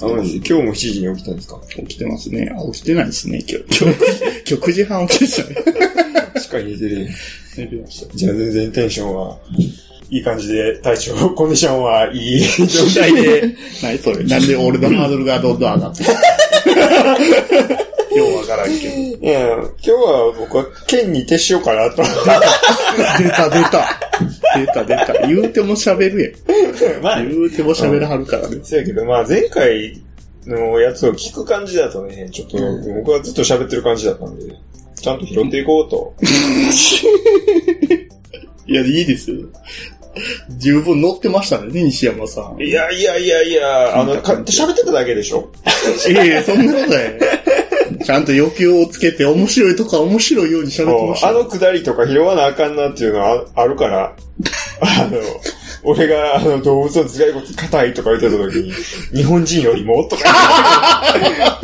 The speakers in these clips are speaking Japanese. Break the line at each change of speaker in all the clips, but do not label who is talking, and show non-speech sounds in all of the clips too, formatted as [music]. あ今日も7時に起きたんですか
起きてますね。あ、起きてないですね。今 [laughs] 日、今日、今日9時半起きてたね。
しっかり寝てる。
寝てまし
じゃあ全然テンションは、いい感じで、体調、コンディションはいい状
た。状態で、ないそれ。なんで俺のハードルがどんどん上がってるようわからんけど。
[laughs] いや、今日は僕は剣に徹しようかなと思って。
出た出た。出た出た。言うても喋る
[laughs] ま
やん。言うても喋らはるからね。
そうやけど、まあ前回のやつを聞く感じだとね、ちょっと僕はずっと喋ってる感じだったんで、ちゃんと拾っていこうと。
いや、いいですよ。十分乗ってましたね、西山さん。
いやいやいやいや、あの、か喋ってただけでしょ。
いやいや、そんなことない。ちゃんと欲求をつけて、面白いとか面白いように喋ってました
あ
よ。
のくだりとか拾わなあかんなっていうのはああるから、あの、俺があの動物の頭蓋骨硬いとか言ってた時に、日本人よりもとか言ってた。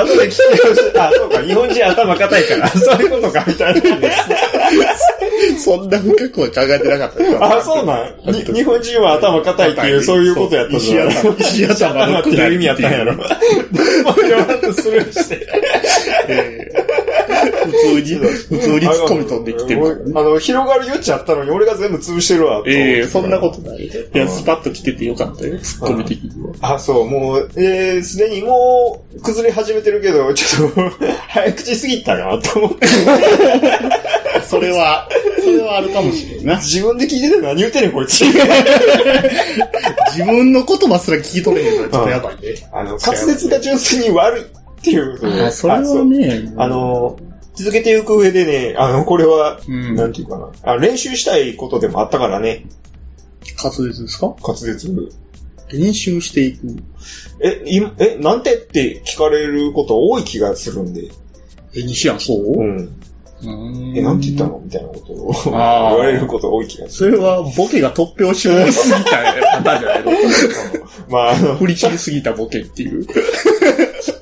後で聞き直して、あ、そうか、日本人頭硬いから、 [laughs] そういうことか、みたいな。
そんな深くは考えてなかったです
あ、そうなんに日本人は頭硬いっていう、そういうことやったじゃん。
そう石 [laughs] 頭石頭
頭
の
って
くだ
いう
り
意味やったんやろ。
っ
まあ、やわっとスルーして。
ていうええ普通に、普通に突っ込み飛んできてるからね。
あの、広がる余地あったのに俺が全部潰してるわ、と思って
ええそんなことない。いや、スパッと来ててよかったよ、突っ込み的には。
あ、そう、もう、えー、すでにもう、崩れ始めてるけど、ちょっと、 [laughs] 早口すぎたな、と思っ
[laughs]
て。
それは、それはあるかもしれんな。
自分で聞いてて何言ってんねん、こい
[laughs]
つ。
自分の言葉すら聞き取れへんから、ちょっとやばいね。
あの、滑舌が純粋に悪いっていうことで。
あそれ
あそ
は
う
ね、
あ、の、続けていく上でね、あの、これは、
うん、
なん
滑
ていうかな。あ、練習したいことでもあったからね、
舌ですか
滑舌。
練習していく。
え、い、え、なんてって聞かれること多い気がするんで。
え、西山、そう
うん。
うん
え、なんて言ったのみたいなことを言
あー
われること多い気がする。
それは、ボケが突拍子をしすぎたパターンじゃないの [laughs]
まあ、あの、
振り切りすぎたボケっていう。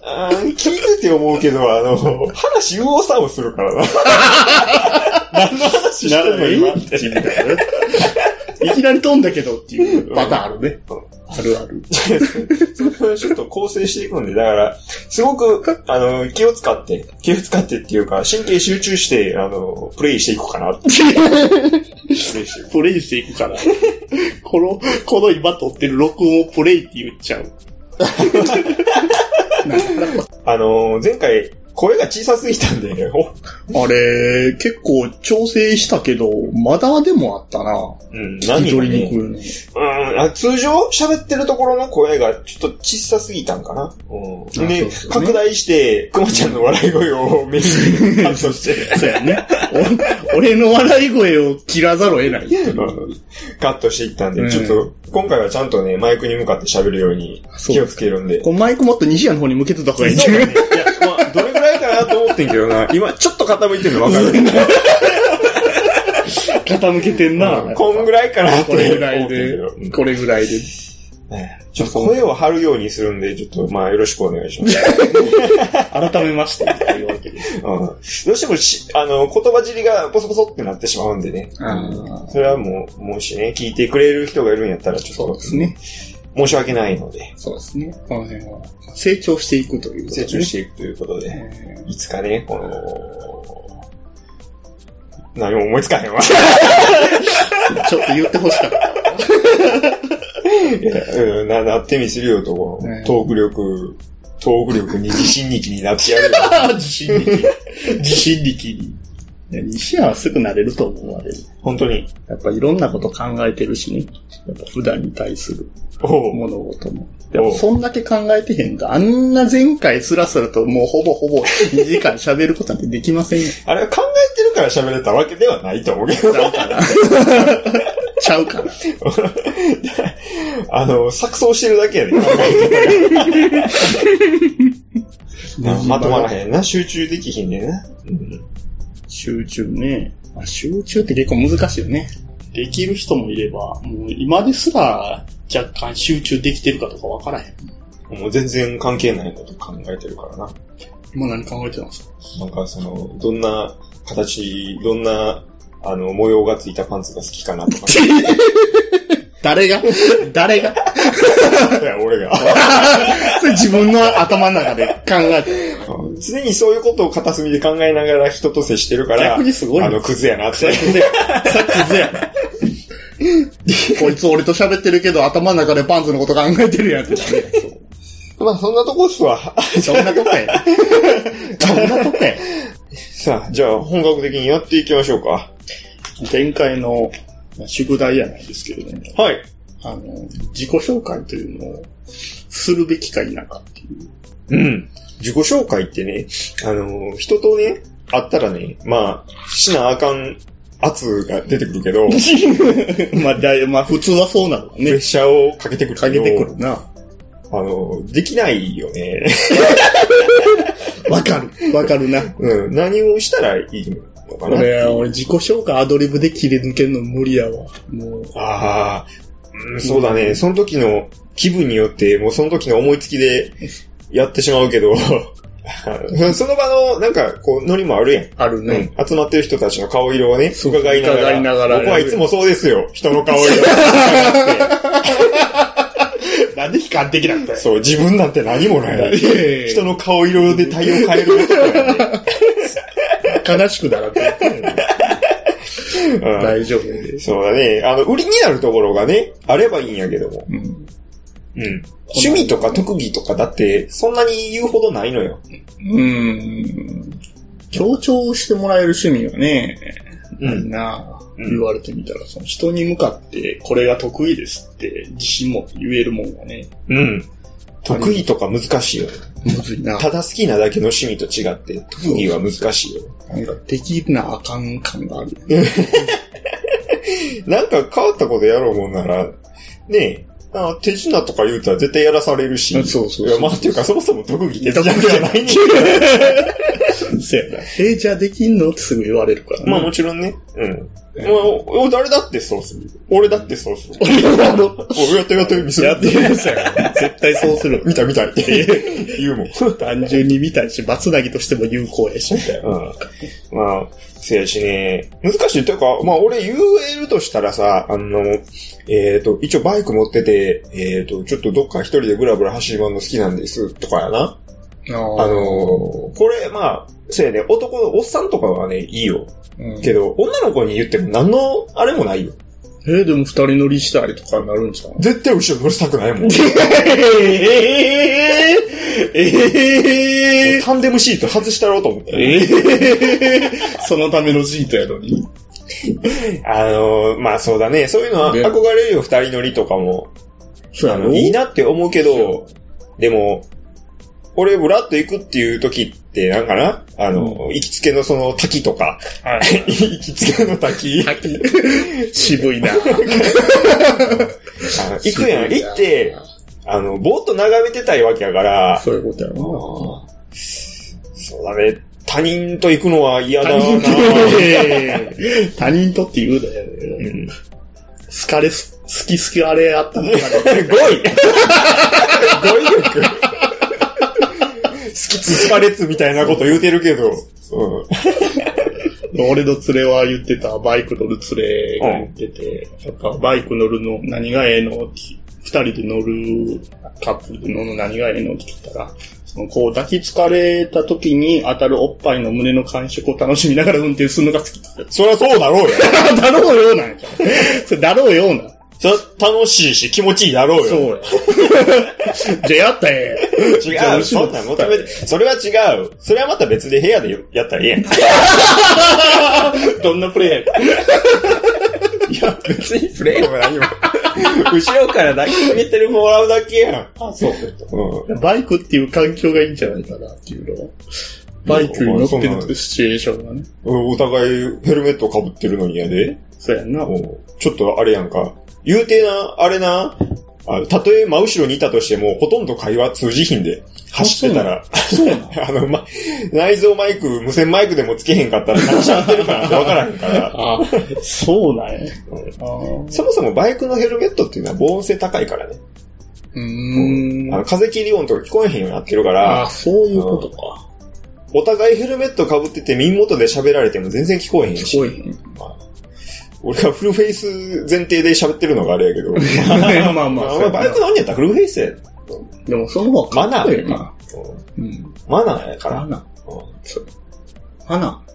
あー [laughs] 聞いてて思うけど、あの、話右往左往するからな。何の話してんの今って。
い
[laughs]
いきなり飛んだけどっていうパターンあるね。あるある。
それをちょっと構成していくんで、だから、すごく、あの、気を使って、気を使ってっていうか、神経集中して、あの、プレイしていこうかなって。プレイしていこ
プレイしていくから。この、この今撮ってる録音をプレイって言っちゃう。
うあの、前回、声が小さすぎたんで、 [laughs] お
あれ、結構調整したけど、まだでもあったな。
うん、
聞き
が
取りに
ね
くいの。
うんあ通常喋ってるところの声がちょっと小さすぎたんかな。う
あ
ん、で、
そうそうね
拡大して、クマちゃんの笑い声をメインに発想して、
そうやね。お [laughs] 俺の笑い声を切らざるを得ないっていう。
カットしていったんで、
うん
ちょっと、今回はちゃんとね、マイクに向かって喋るように
そう
気をつけるんで。
このマイクもっと西矢の方に向けてた方がいいんじゃ
そう
ない
だねいやまあどれぐらいかなと思ってんけどな、今ちょっと傾いてるの分かる。
傾けてんな。
うんこんぐらいかなって
これぐら
思
い
ってんけ
で
どうん、
これぐらいで。
ねちょっと声を張るようにするんで、ちょっとまあよろしくお願いします。
改めましてっていうわけです。
うんどうしてもし、あの、言葉尻がポソポソってなってしまうんでね。
あ
それはもう、もしね、聞いてくれる人がいるんやったら、ちょっ
そう
と、
ですね。
申し訳ないので、
そうですね。この辺は。成長していくということ
成
です
長
ね。
していくということで、
え
いつかね、この、何も思いつかへんわ。
ー [laughs] ちょっと言ってほしかった。
うんな、なってみせるよと、こ
え
の
え
トーク力、トーク力に自信力になってやるよ。
自信力。自信力に。いや西矢はすぐ慣れると思われる。
本当に。
やっぱいろんなこと考えてるしね。やっぱ普段に対する
おう
物事も。でもそんだけ考えてへんと、あんな前回スラスラともうほぼほぼ2時間喋ることなんてできませんよ。
あれは考えてるから喋れたわけではないと思うけど。[laughs]
[laughs] ちゃうかな。 [laughs] ちゃうかな。
あの、錯綜してるだけやで、考えてたらまとまらへんな、集中できひんねんな。うん
集中ね。まあ集中って結構難しいよね。できる人もいれば、もう今ですら若干集中できてるかとかわからへん。
もう全然関係ないこと考えてるからな。
今何考えてたんですか
なんかその、どんな形、どんな、あの、模様がついたパンツが好きかなと [laughs] か。
誰が [laughs] 誰が
俺が。
それ自分の頭の中で考えて。
常にそういうことを片隅で考えながら人と接してるから、
逆にすごいね
あの、クズやなって。
さっきずや。こいつ俺と喋ってるけど頭の中でパンツのこと考えてるやんってなるやんそ
[laughs]
う
まあ、そんなとこっすわ。
そんなとこ [laughs] や。そんなとこや。
さあ、じゃあ、本格的にやっていきましょうか。
[laughs] 前回の宿題やないですけれども、
はい。
あの、自己紹介というのをするべきか否か [laughs] ってい
う
う。
ん。自己紹介ってね、あの、人とね、会ったらね、まあ、しなあかん圧が出てくるけ [laughs] ど、
まあ、だいまあ、普通はそうなの
プレ
[laughs] ね
ッ。シャーをかけてくる
か
け
け
ど
てくるな。
あの、できないよね。
わかる。わかる [laughs] な。
うん。何をしたらいいのかな。
俺、俺自己紹介アドリブで切り抜けるの無理やわ。もう、
ああ、うんそうだね。その時の気分によって、もうその時の思いつきでやってしまうけ
[laughs]
ど、その場の、なんか、こう、ノリもあるやん。
ある
う
ね。
ん。集まってる人たちの顔色をね、
そう
伺いながら。
伺いながら
僕はいつもそうですよ。人の顔
[laughs]
色。
なんで悲観的なんだよ。
そう、自分なんて何も
[laughs]
ない。人
人の
の顔色で対応変える男や
[laughs]
ね
悲しくなら [laughs] って。
うん
大丈夫です。
そうだね。あの、売りになるところがね、あればいいんやけども。
うん。
うん。趣味とか特技とかだって、そんなに言うほどないのよ。
うん。強調してもらえる趣味はね、
う
なん
ん。
な
うん
言われてみたら、その人に向かってこれが得意ですって自信も言えるもんはね、
うん。得意とか難しいよ。
むずいな。
ただ好きなだけの趣味と違って、特技は難しいよ。
なんかできなあかん感がある。
なんか変わったことやろうもんなら、ねえ、あ手品とか言うたら絶対やらされるし。
そうそうそう
いや、まあっていうかそもそも特技って
特技
じゃ [laughs] ないね。
そやな。え、じゃあできんのってすぐ言われるから、ね。
まあもちろんね。うん。まあ、おお誰だってそうする。 [laughs] 俺だってそうする。
あの、
おやってやって見せる
やってるやつやから絶対そうする。
見た見たいって言うもん。
単純に見たいし、バツナギとしても有効やし、みたいな。
うんまあ、せやしね、難しい。というか、まあ俺言えるとしたらさ、あの、えっ、と、一応バイク持ってて、えっ、と、ちょっとどっか一人でブラブラ走り回るの好きなんです、とかやな。あのー、これ、まあ、せやね、男のおっさんとかはね、いいよ。
うん
けど、女の子に言っても何のあれもないよ。
えーでも二人乗りしたりとかになるんじゃん。
絶対後ろ乗りたくないもん。もう
えー、えー、
タンデムシート外したろうと思って。
えー、そのためのシートやのに。
あのー、まあそうだね、そういうのは
で
憧れるよ、二人乗りとかも。
そう
あ
や
の、
ろ
いいなって思うけど、でも、俺、ブラッと行くっていう時って、なんかなあの、行きつけのその滝とか、 [laughs]
はい。
行きつけの滝、あ
[laughs] 渋いな。
の行くやん、
渋いな
行って、あの、ぼーっと眺めてたいわけやから、
そういうことや
あそうだね、他人と行くのは嫌だ
な。
な
他人と
ぁ。、
他人とって言うだよ。
うん
好かれす、好き好きあれあったのかな。
5位 !5 位力好きつかれつみたいなこと言うてるけど、うん。
俺の連れは言ってた、バイク乗る連れが言ってて、やっぱバイク乗るの何がええのって、二人で乗るカップルで乗るの何がええのって聞いたら、そのこう抱きつかれた時に当たるおっぱいの胸の感触を楽しみながら運転するのが好きだ [laughs] った。
そりゃそうだろうよ。
だろうようなんや。それだろうようなん。
そりゃ楽しいし気持ちいいだろうよ。
そうや。じゃあやったらえじゃあ
違う、そんなん求めて、それは違う。それはまた別で部屋でやったらええやん。
え。 [laughs] どんなプレイや
いや、別にプレイも何も。後ろから抱き上げてるもらうだけやん。
あ、そう。
う
バイクっていう環境がいいんじゃないかなっていうのは。バイクに乗ってるってシチュエーションがね。
ん。お互いヘルメット被ってるのにやで。
そうやんな。
もうちょっとあれやんか。言うてな、あれな、あたとえ真後ろにいたとしても、ほとんど会話通じひんで、走ってたら、
そうやな。
[laughs] あの、ま、内蔵マイク、無線マイクでもつけへんかったら、何しゃってるかなんてわからへんから。
あそうなんや。
うん
あー
そもそもバイクのヘルメットっていうのは防音性高いからね。
うーん。
あの風切り音とか聞こえへんようになってるか
あ
ら、
ーそういうことか。
お互いヘルメット被ってて耳元で喋られても全然聞こえへん
すご
し。
いね。
俺はフルフェイス前提で喋ってるのがあれやけど。
[laughs] まあまあ
お前バイク何やったらフルフェイスや
でもその方がかっこいいな。
うん
うん。
マナーやから。
マナー。
うん
マナー。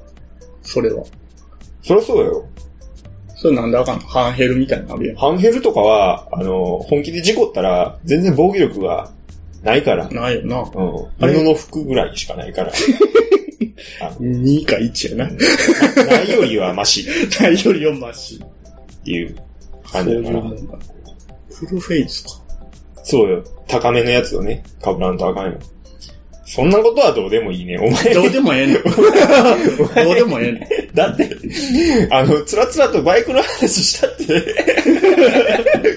それは。
そりゃそうだよ。
それなんであかんのハンヘルみたいなのあるや
ハンヘルとかは、あの、本気で事故ったら、全然防御力がないから。
ん。ないよ
う
な。
ん。
あれ
布の服ぐらいしかないから。
2か1やな。 [laughs]
ないよりはマシっ
ないよりはマシ。
ていう
そ
感
う
じだか
いう
ら
も。んだ。フルフェイ [laughs] スか。
そうよ。高めのやつをね、被らんとあかんよ。そんなことはどうでもいいね。お前、
どうでも [laughs] ええねん。どうでもええね
だって、あの、つらつらとバイクの話したって、
[laughs]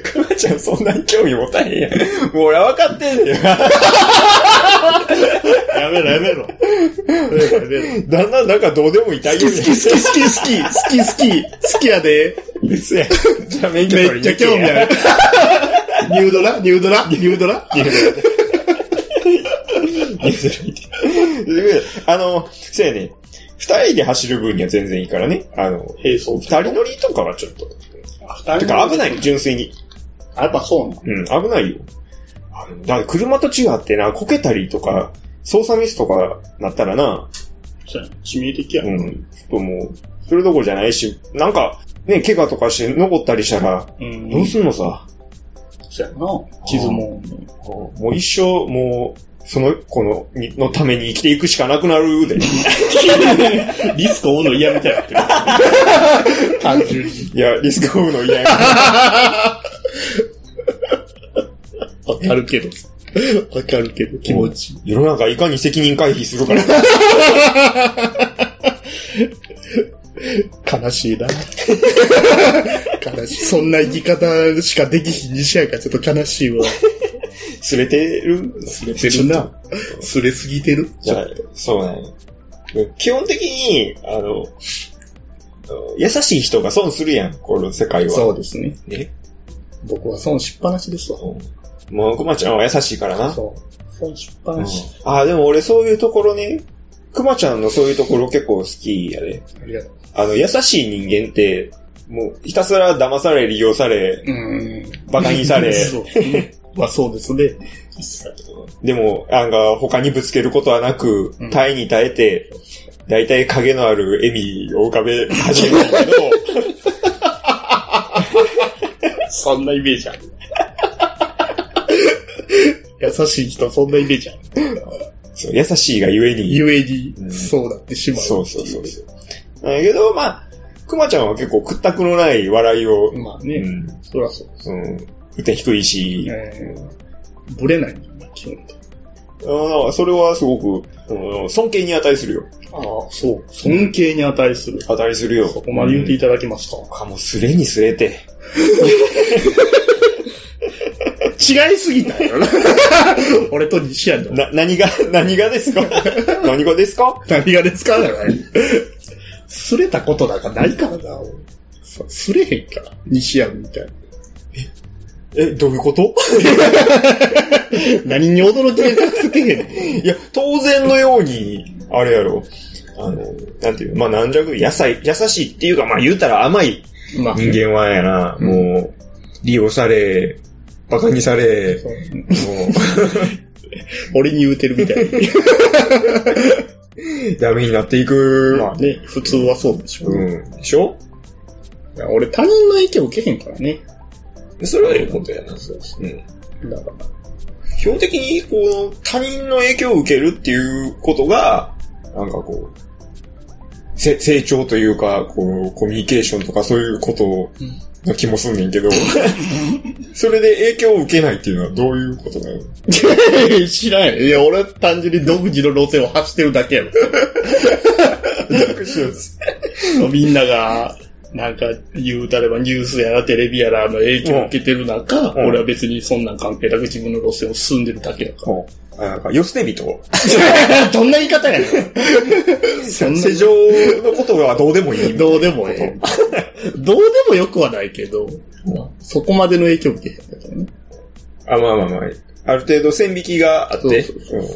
くまちゃんそんなに興味持たへんやん。もう俺は分かってんねん。
ん。やめろやめろ。やめろやめろ。
だんだんなんかどうでもいい
好
大
き
丈
好
夫
き好き好き好き好き好き好きやで。
ですやん。じゃあ免許取り
めっ
に
ちゃ
行けや
興味ある。ニュードラニュードラニュードラ
[laughs] あの、そうやね。二人で走る分には全然いいからね。あの、
並走
二人乗りとかはちょっと。
あ
てか危ない、純粋に。
あ、やっぱそうなの。
うん、危ないよ。あのだから車と違ってな、こけたりとか、操作ミスとかなったらな、
そうやな致命的や
う。ん、ちょっともう、それどころじゃないし、なんか、ね、怪我とかして残ったりしたら、
うん
どうすんのさ。
そうやな。傷も。
もう一生、もう、その子の、にのために生きていくしかなくなる
[laughs]
で。
リスク負うの嫌みたいになって [laughs] る。単純に。
いや、リスクを負うの嫌
[laughs]
や。
わかるけど。わかるけど、気持ち。
世の中いかに責任回避するかな。
[laughs] 悲しいな。悲しい。そんな生き方しかできひん西やからちょっと悲しいわ。
すれてる
すれてるな。すれすぎてる。
じゃあそうね。基本的に、あの、優しい人が損するやん、この世界は。
そうですね。
ね。
僕は損しっぱなしですわ。
うん。もう、くまちゃんは優しいからな。
そう。損しっぱ
うん
なし。、
ああ、でも俺そういうところね、くまちゃんのそういうところ結構好きやで。
ありがとう。
あの、優しい人間って、もうひたすら騙され、利用され、
うん。
馬鹿にされ
そう。まあそうですね。
でも、なんか他にぶつけることはなく
うん、
耐えに耐えて、だいたい影のある笑みを浮かべ始めるけど、
そんなイメージある。優しい人、そんなイメージある。
そう優しいがゆえに。
ゆえ
う
に、
ん
そうなってしまう。
そうそうそうそう。だけど、まあ、くまちゃんは結構屈託のない笑いを、
まあ
う
ね、
ん、
そらそうで
うん、腕低いし、
すね。ぶれないもんな基本的に。
ああそれはすごく、うん尊敬に値するよ。
ああ、そう。尊敬に値する。
値するよ。
そこまで言っていただけますか、
かもすれにすれて。
違いすぎたよな。 [laughs] 俺と西やんの。
な、何が、何がですか何がですか
何がですかじゃない。すれたことなんかないからな。俺そうすれへんから。西やんみたいな。
え、どういうこと
何に驚きがつけへんの
いや、当然のように、あれやろ。あの、なんていう、まあ、軟弱、野菜、優しいっていうか、まあ、言うたら甘い
まあ、
人間はやな、
うん
もう、利用され、馬鹿にされ、
そう
も
俺に言うてるみたいな。
う、ダメになっていく。
[laughs] まあね、普通はそうでしょ。
うん。でしょ
いや俺他人の意見を受けへんからね。
それはいうことやな。
そうそ
うん。
う。だから、
基本的に、こう、他人の影響を受けるっていうことが、なんかこう、せ成長というか、こう、コミュニケーションとかそういうことな気もすんねんけど、それで影響を受けないっていうのはどういうことな
[laughs]
の
知らんよ。いや、俺単純に独自の路線を走ってるだけやろ。みんなが、なんか言うたればニュースやらテレビやらの影響を受けてる中、
ん
俺は別にそんなん関係なく自分の路線を進んでるだけやか
こうなんか、寄捨て人
ら。どんな言い方やねん。そんな
世情のことはどうでも [laughs] いい。
どうでもええ。 [laughs] どうでもよくはないけど、まあそこまでの影響を受けへんからね。
あ、まあまあまあ。ある程度線引きがあって、
そうそう
うん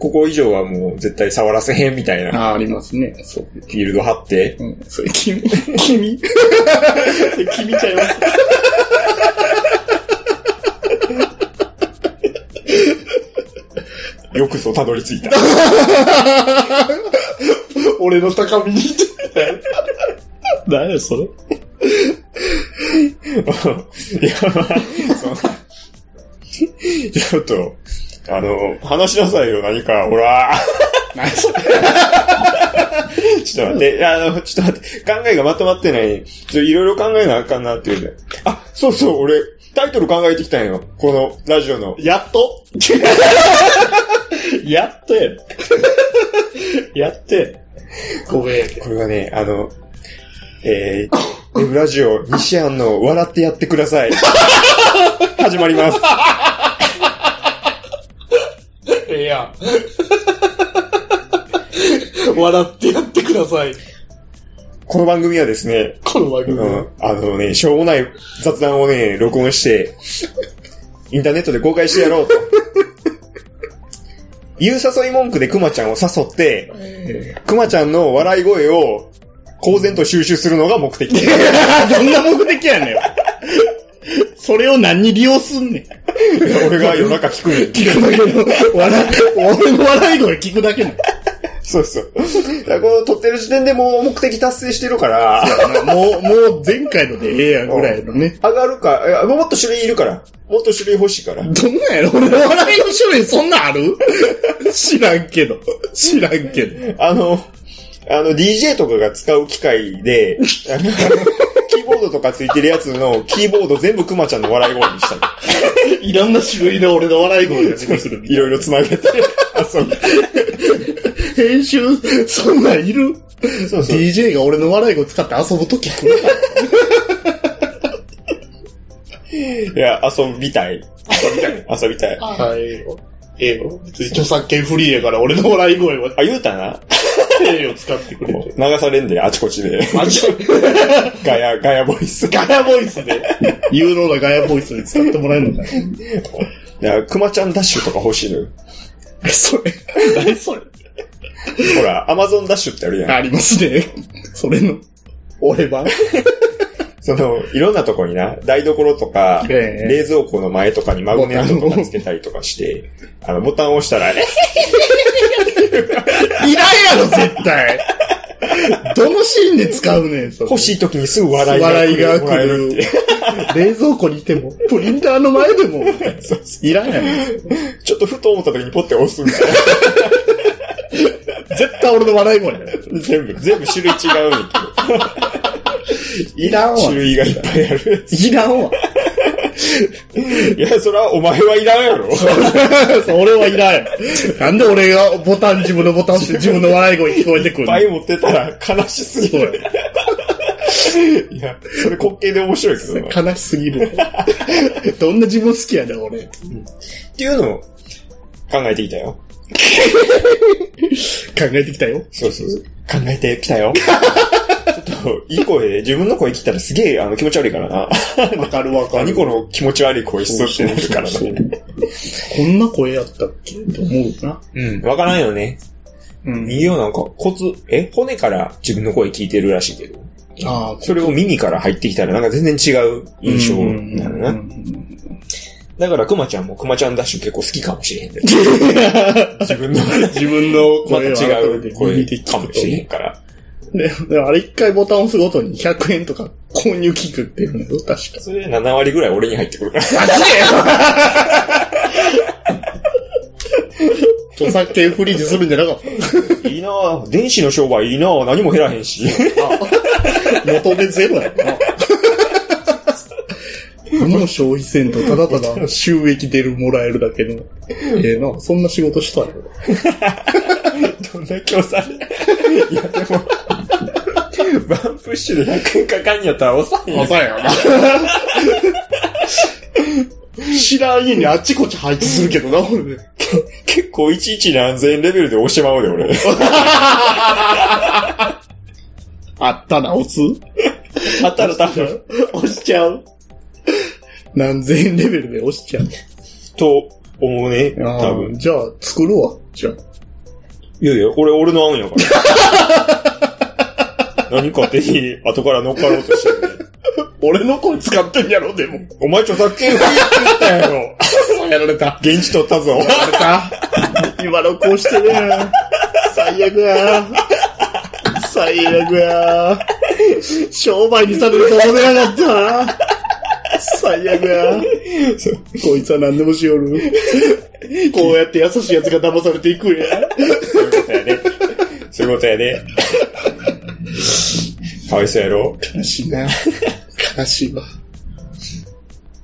ここ以上はもう絶対触らせへんみたいな、
ああ、ありますね。そう。
フィールド張って、
うん。それ、君、君それ君ちゃいます。
よくぞたどり着いた。 [laughs]
俺の高 [laughs] みに行って。何やそれ
いや、そのちょっと、あの、話しなさいよ、何か、ほら。
何それ
ちょっと待って、いやあの、ちょっと待って、考えがまとまってない。ちょっといろいろ考えなあかんなっていうんで。あ、そうそう、俺、タイトル考えてきたんよ。この、ラジオの。
やっと [laughs] やっとや [laughs] やって。ごめん。
これはね、あの、えー、ウェブラジオ、西安の笑ってやってくださ [laughs] い。始まります。
ええやん。笑ってやってください。
この番組はですね、
この番組。
うんあのね、しょうもない雑談をね、録音して、インターネットで公開してやろ [laughs] うと。言う誘い文句でクマちゃんを誘って、
え
クマちゃんの笑い声を公然と収集するのが目的。 [laughs]
ーどんな目的やねん。それを何に利用すんねん。
俺が夜中聞くんや [laughs]
聞くだけの、笑って、俺の笑い声聞くだけの。
そうそう。だからこの撮ってる時点でもう目的達成してるから、
もう、もう前回のでええやんぐらいのね。
上がるか、いやもっと種類いるから、もっと種類欲しいから。
どんなんやろ俺の笑いの種類そんなんある知らんけど。知らんけど。
あの、あの、DJ とかが使う機械で、 [laughs] あのキーボードとかついてるやつのキーボード全部クマちゃんの笑い声にしたの
いろんな種類の俺の笑い声が出てくるみた
いろいろ繋げて。あそう
編集、そんなんいる
そうそう。
DJ が俺の笑い声使って遊ぶとき来るから
いや、遊びたい。遊びたい。遊びたい。
はい、ええよ。ええよ。別に著作権フリーやから俺の笑い声は
あ、言うたな。
ええよ使ってくれて。
流されんで、あちこちで。
マジ
ガヤ、ガヤボイス。
ガヤボイスで、有能なガヤボイスで使ってもらえるのか
いや、クマちゃんダッシュとか欲しいのよ。
なそれ、何それ
ほら、アマゾンダッシュってあるやん。
ありますね。それの、俺版
その、いろんなとこにな、台所とか、
ええ
冷蔵庫の前とかにマグネットとかつけたりとかして、あの、ボタンを押したら、え
いらんやろ、絶対。どのシーンで使うねん、それ
欲しい時にすぐ笑い
笑いが
もら
来
えるっ
る
て。。
冷蔵庫にいても、プリンターの前でも、いらんやろ。
ちょっとふと思った時にポッて押すみたい
絶対俺の笑い声だよ。
な。全部、全部種類違うねんだけど。
いらんわ
種類がいっぱいある。
いらんわ。
いや、それはお前はいらんやろ。
俺はいらんやろ。なんで俺がボタン、自分のボタン [laughs] 押して自分の笑い声聞こえて
い
くる
っ
の
ぱい持ってたら悲しすぎ
そう
る。
や
いや、それ滑稽で面白いけどな。
悲しすぎる。どんな自分好きやねん、俺。
っていうのを考えてきたよ。
考えてきたよ。
そうそうそう。考えてきたよ。ちょっと、いい声で、自分の声聞いたらすげえあの気持ち悪いからな。
わかるわか
何
る。
この気持ち悪い声しそうってなるから
そう
な。
こんな声やったっけと思うな。
うん、わからんよね。
うん
右はなんか骨、え、骨から自分の声聞いてるらしいけど、
ああ、
それを耳から入ってきたらなんか全然違う印象なの
う
な。
ん
だからクマちゃんもクマちゃんダッシュ結構好きかもしれへん
[laughs]
ね。自分の、
自分の
また
声を
違
改め
う
て
声
耳で聞く
かもしれへん
と。
から。
で、であれ一回ボタン押すごとに100円とか購入器具っていうのよ、確か。
それ7割ぐらい俺に入ってくるから。
マジで著作権フリーにするんじゃなかった
いいなぁ、電子の商売いいなぁ、何も減らへんし。 [laughs]
元でゼロやな。何も消費せんと、ただただ収益出るもらえるだけの。ええな、そんな仕事したい
どんだけ押され。いや、でも、 [laughs] ワンプッシュで100円かかんやったら押さへんよ。
さや知らん家にあっちこっち配置するけどな、俺ね。
結構11何千円レベルで押してまうで、俺。
あったな、押す
あったら多分。
押しちゃう。何千円レベルで押しちゃう。
[laughs] と思うね、
多
多
分。
分。
じゃあ、作るわ。じゃあ。
いやいや、これ俺の案や [laughs] から。何勝手に後から乗っかろうとしてるね。
俺の声使ってんやろ、でも。
お前著作権フリーって言ったやろ。
[laughs] やられ
[laughs]
た。
現地取ったぞ。
[laughs] やられた。今録音してるやん。最悪や。最悪や。商売にされると思ってなかった。最悪や。こいつは何でもしよる。こうやって優しい奴が騙されていくんや。
そういうことやね。そういうことやね。かわいそうやろ
悲しいな。悲しいわ。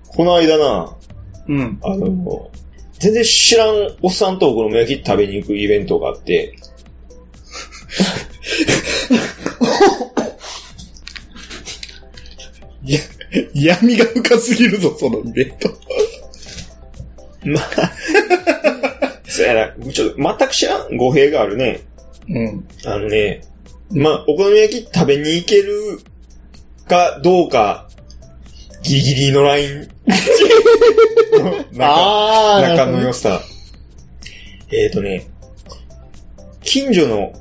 この間な、
うん。
あの、全然知らんおっさんとお好み焼き食べに行くイベントがあ
[laughs]
って、
[laughs] や、闇が深すぎるぞ、そのイベント。
まあ、そうやな、ちょっと全く知らん語弊があるね。
うん。
あのね、まあ、お好み焼き食べに行けるかどうか、ギリギリのライ
[laughs]
ン。あ
あー、
中の
な
良
る
さ。えっ、ー、とね、近所の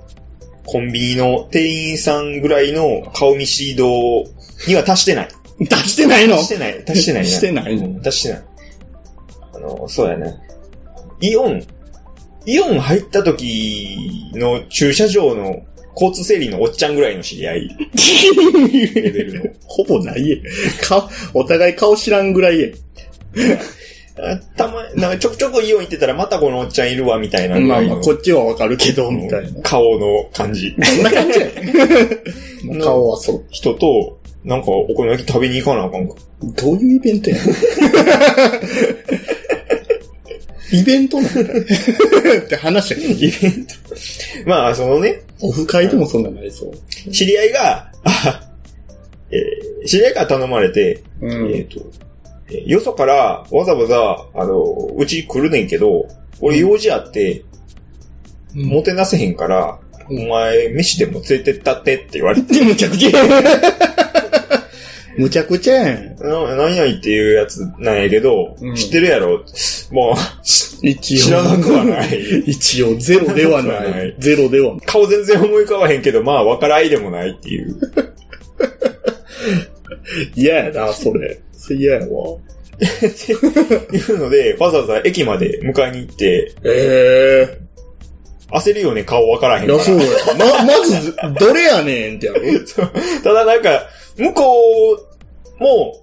コンビニの店員さんぐらいの顔見知り度には達してない。
ほど出してないの
達してない、達してないな。
してないの
うん達してない。あの、そうやね。イオン、イオン入った時の駐車場の交通整理のおっちゃんぐらいの知り合いレベルの。
[laughs] ほぼないえ。か、お互い顔知らんぐらいえ。 [laughs]
あたま、なんかちょくちょくイオン行ってたらまたこのおっちゃんいるわみたいなぐ
まあ
らいの。
まあ、こっちはわかるけど、みたいな。
顔の感じ。
そんな感
[laughs]
じやね
な
顔はそう。
人と、なんかお好み焼き食べに行かなあかんか。
どういうイベントや
[laughs]
ねんイベントなんだって話やけど
イベント。まあ、そのね、
オフ会でもそんなないそう。
知り合いが、あえー知り合いから頼まれて、
う
えっ、。と、えーよそからわざわざ、あの、うち来るねんけど、俺用事あって、もてなせへんから、
うん
お前、飯でも連れてったってって言われて、
むちゃくちゃやん [laughs] むちゃくちゃやん。
な何々っていうやつなんやけど、
うん
知ってるやろもう、
一応。
知らなくはない。
[laughs] 一応、ゼロでは [laughs] ない。ゼロではない。
顔全然思い浮かばへんけど、まあ、わからいでもないっていう。 [laughs]
嫌やな、それ。それ嫌やわ。
いうので、わざわざ駅まで迎えに行って、
ええ
焦るよね、顔わからへん
い
か
や、
ら。
そうや。 [laughs] ま、まず、どれやねんってやろ。
[laughs] ただなんか、向こうも、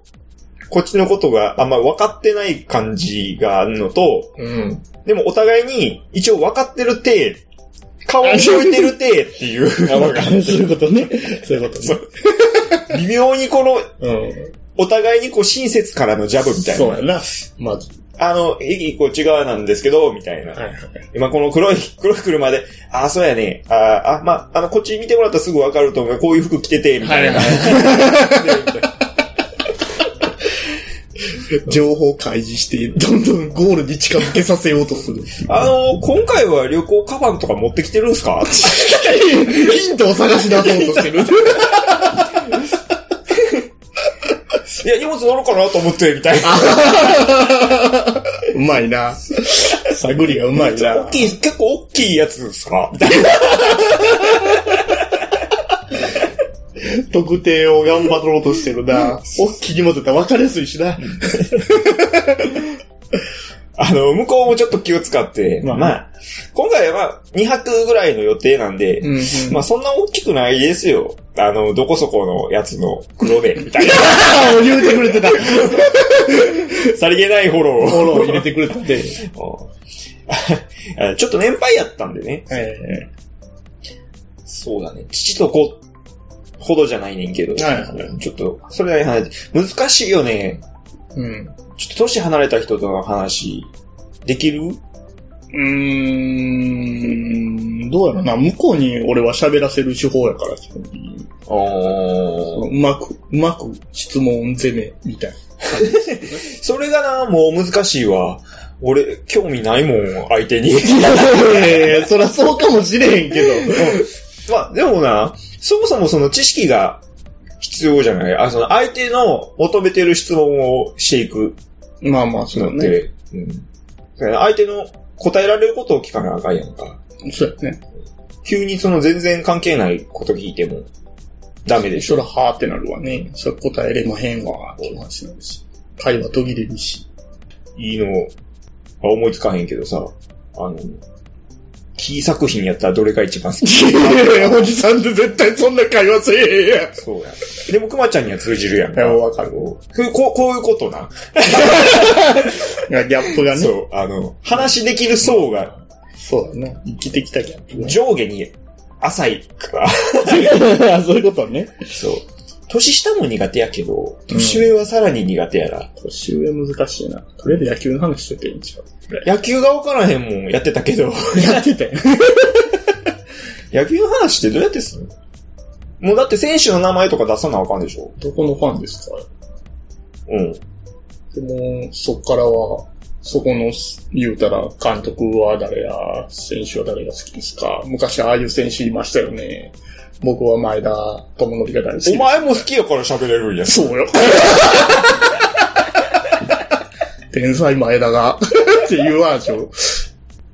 こっちのことがあんま分かってない感じがあるのと、
うん。
でもお互いに一応分かってるて、顔を覚えてるてっていうのが、
そういうことね。そういうことね。
微妙にこの、
うん。
お互いにこう親切からのジャブみた
そう
い
や
な。
な。まず。
あの、駅こっち側なんですけど、みたいな。
はいはい。
今この黒い、 [laughs] 黒い車で、あ、そうやね。あ、あ、ま、あの、こっち見てもらったらすぐわかると思う。こういう服着てて、みたいな。
はい [laughs] 情報開示して、どんどんゴールに近づけさせようとする。
あの今回は旅行カバンとか持ってきてるんすか [laughs]
ヒントを探し出そうとしてる。
いや、荷物乗ろうかなと思って、みたいな。
うまいな。探りがうまいな。
大きい、結構大きいやつですかみたいな。
特定を頑張ろうとしてるな。大きい荷物だったら分かりやすいしな。
あの、向こうもちょっと気を使って、
ま
ま
あ
あ、今回は2泊ぐらいの予定なんで、
ん、
まあ、そんな大きくないですよ。あの、どこそこのやつの黒で、みたい
[laughs]
な。
ああ、言うてくれてた。
さりげないフォローを。
フォロー入れてくれて
[laughs]
て。
あちょっと年配やったんでね。
はい
そうだね。父と子ほどじゃないねんけど。
はいは
ちょっと、それなりに離れて。難しいよね。
うん。う
ちょっと年離れた人との話、できる
ーん、どうやろな。向こうに俺は喋らせる手法やから。
あー
うまく、うまく質問攻めみ [laughs] たいな。
それがな、もう難しいわ。俺、興味ないもん、相手
[laughs]
に。
ええそらそうかもしれへんけど。
まあ、でもな、そもそもその知識が必要じゃないあ、その相手の求めてる質問をしていく
まあまあ、そ
の
う
っ
ね。
て、うん。相手の答えられることを聞かなあかんやんか。
そうやね。
急にその全然関係ないこと聞いても、ダメでしょ。
そら、はーってなるわね。そら答えれまへんわ、っていう話になるし。会話途切れるし。
いいの、あ思いつかへんけどさ、あの、キー作品やったらどれが一番好き
いやいや、おじさんって絶対そんな会話せえへんやん。
そうや。でも、熊ちゃんには通じるやんか。
いやわかる
ふこう、こういうことな。
ギャップがね。
そう、あの、話できる層が
そうだね。生きてきたギャップ
上下に浅いから。
が。 [laughs] そういうことね。
そう。年下も苦手やけど、年上はさらに苦手やな。
年上難しいな。とりあえず野球の話してていいんちゃう
野球が分からへんもんやってたけ [laughs] ど、
[laughs] やってたよ。
野球の話ってどうやってすんのもうだって選手の名前とか出さなあかんでしょ
どこのファンですか
うん。
でも、そっからは、そこの、言うたら、監督は誰や、選手は誰が好きですか昔ああいう選手いましたよね。僕は前田智則が大好きです
お前も好きやから喋れるんや。
そ
[laughs]
うよ。天才前田がっていう話を。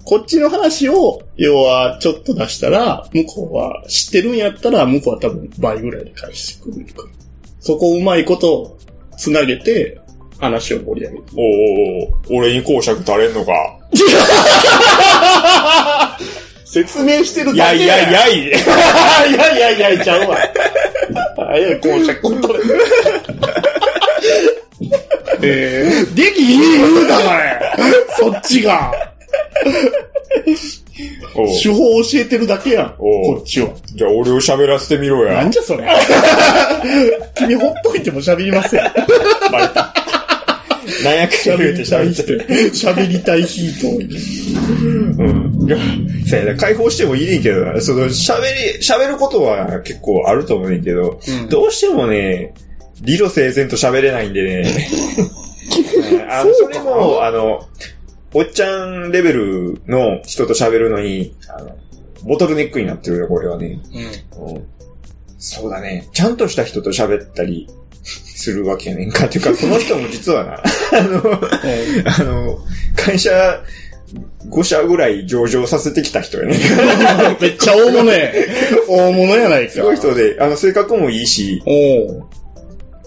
こっちの話を、要は、ちょっと出したら、向こうは、知ってるんやったら、向こうは多分倍ぐらいで返してくるから。そこをうまいこと、つなげて、話を盛り上げる。
おうおうおう俺に講釈垂れんのか。
説明してる
いやいやい
や。
やい。
いやいやいやいや、ちゃうわ。あや、こうしゃこんとれ。えー、できいい言うたからやそっちが。
お [laughs] う
手法を教えてるだけやん。
おう
こっちは。
じゃあ俺を喋らせてみろ
な
や
ん。じゃそれ。君ほっといても喋りません。
何やかんや言
喋
うて
りたい
喋っ
人
て。。
喋りたい人。
うん。いや、せやな解放してもいいねんけどな。その、喋り、喋ることは結構あると思うねんけど、
うん
どうしてもね、理路整然と喋れないんで [laughs] ね。あの
そ
そう
か
れも、あの、おっちゃんレベルの人と喋るのに、あの、ボトルネックになってるよ、これはね。うんそうだね。ちゃんとした人と喋ったりするわけやねんか。っていうか、その人も実はな、あ [laughs] の、
え
[laughs] あの、会社5社ぐらい上場させてきた人 [laughs] やね。
ーめっちゃ大物や。大物やないか。
すごい人で、あの、性格もいいし、
おう。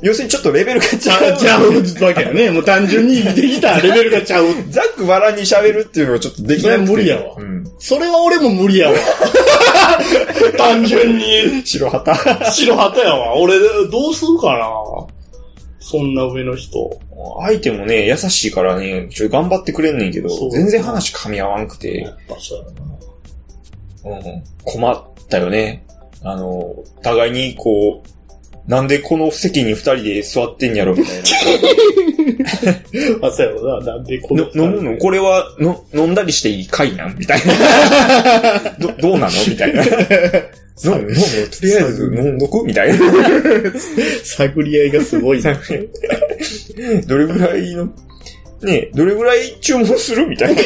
要するにちょっとレベルが違
ちゃ
う。
ちゃうわけやね。もう単純にできたレベルがちゃう。
ざっくばらんに喋るっていうのはちょっとできない。
それは無理やわ
うん。
それは俺も無理 [laughs] やわ。単純に。
白旗。
白旗やわ。俺、どうするかな。そんな上の人。
相手もね、優しいからね、ちょい頑張ってくれんねんけど
そう、
全然話噛み合わんく
や
て、
っぱそうやな。
うん、困ったよね。あの、互いにこう、なんでこの席に二人で座ってんやろみたいな。
あ、そうやろな。なんでこ
の飲むのこれはの飲んだりしていい回なんみたい [laughs] な。どどうなのみたい [laughs] な。飲む飲むとりあえず飲んどくみたいな。
探り合いがすごいな。
どれぐらいの、ねえどれぐらい注文するみたいな。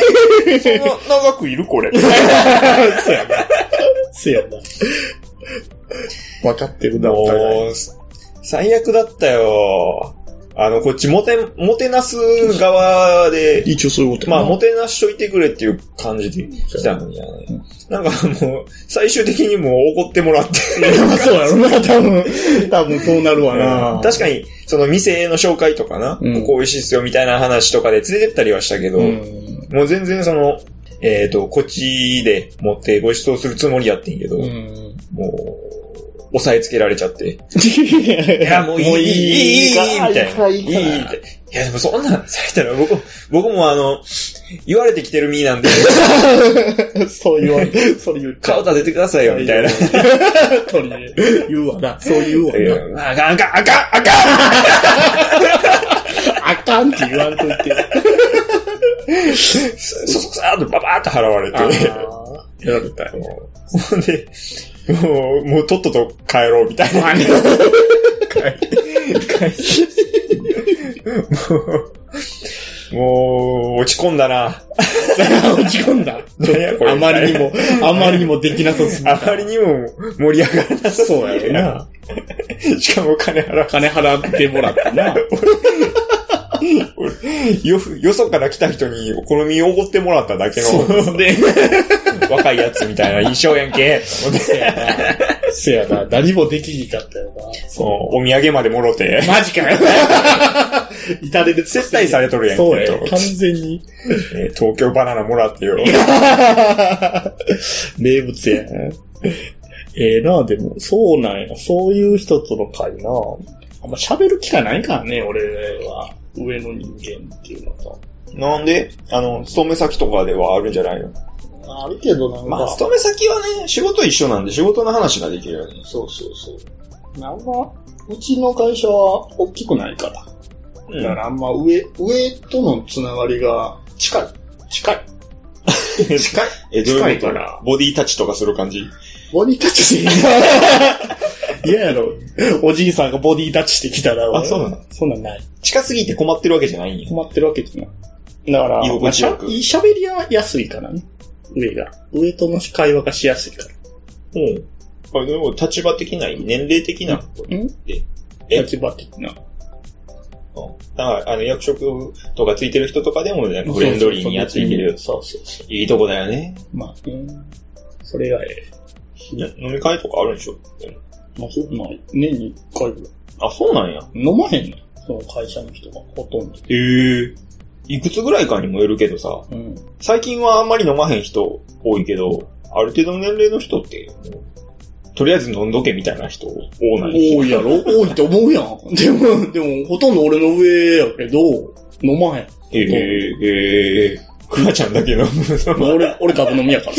そんな長くいるこ [laughs] れ。
そうやな。そうやな。分かってるな、お互い。
もう、最悪だったよ。あの、こっちもて、もてなす側で、
一応そういうこと
まあ、も
も
てなしといてくれっていう感じで来たのにはね。なんかもう、最終的にもう怒ってもらって。
[laughs] そうやろな、多分。 [laughs] 多分そうなるわな。
確かに、その店の紹介とかな、
うん
ここ美味しいっすよみたいな話とかで連れてったりはしたけど、
うん。
もう全然その、えっ、と、こっちで持ってご馳走するつもりやってんけど、
うん。
もう、押さえつけられちゃって。
い
いや、もういい、いい、いい、いい、みたいな。いい、
い
い
い
い、みたいな。いや、でもそんなんされたら僕、僕もあの、言われてきてる身なんで、
そう言われ、それ言っちゃ
顔
う。
立ててくださいよ、みたいな。い
とりあえず言うわな。そう言うわ
や
な。
あかん、あかん、あかん、あかん
あかんって言わんといて。
そそそさーっとババーっと払われて。
やられたよ。
ほんで、もう、もうとっとと帰ろうみたいな。もう、もう落ち込んだな。
落ち込んだ。
何やこれ
あまりにも、あまりにもできなさすぎ
あ
た。
まりにも盛り上がらなさ
そうやろな。
な。しかも金払う。
金払ってもらったな。
よ、よそから来た人にお好みをおごってもらっただけの
そうで、
若いやつみたいな印象やん [laughs] け。
せやな。せやな。何もできひんかったよ
そう、お土産までもろて。
な。マジかよ。至れで
接待されとるやんけ
そうや。
と
完全に。
えー東京バナナもらってよ。
名物やな。 [laughs] ええな、でも、そうなんや。そういう人との会な。あんま喋る機会ないからね、俺は。上の人間っていうのと。
なんで、あの、勤め先とかではあるんじゃないの
あるけどなんか、
まあ、勤め先はね、仕事一緒なんで仕事の話ができるよね。
そうそうそう。なんか、うちの会社は大きくないから。だからあんま上、上とのつながりが近い。近い。
近い。え、どう
近
いう
い
こ
か
と
ら。
ボディタッチとかする感じ
ボディタッチして [laughs] 嫌やろ。おじいさんがボディタッチしてきたら。
あそうなの
そんなんない。
近すぎて困ってるわけじゃないんや。
困ってるわけじゃない。だから、
居心地よく
まあしゃ喋りやすいからね。上が。上との会話がしやすいから。
うん。あでも、立場的な、年齢的なこと。
ん
え
立場的な。
だから、あの、役職とかついてる人とかでも、なんかフレンドリーにやっていける。
そうそうそう。
いいとこだよね。
まあ、うんそれがえ
飲み会とかあるんでしょ
え。まあ、ほんま、年に1回ぐらい。
あ、そうなんや。
飲まへんのよその会社の人がほとんど。
へえ。いくつぐらいかにもよるけどさ、
うん。
最近はあんまり飲まへん人多いけど、ある程度の年齢の人って、もうとりあえず飲んどけみたいな人多ない。
多いやろ多いと思うやん。 [laughs] でも、でも、ほとんど俺の上やけど、飲まへん。
ええ、ええ、クマちゃんだけ飲む。
まあ俺、俺株飲み
[laughs]
やから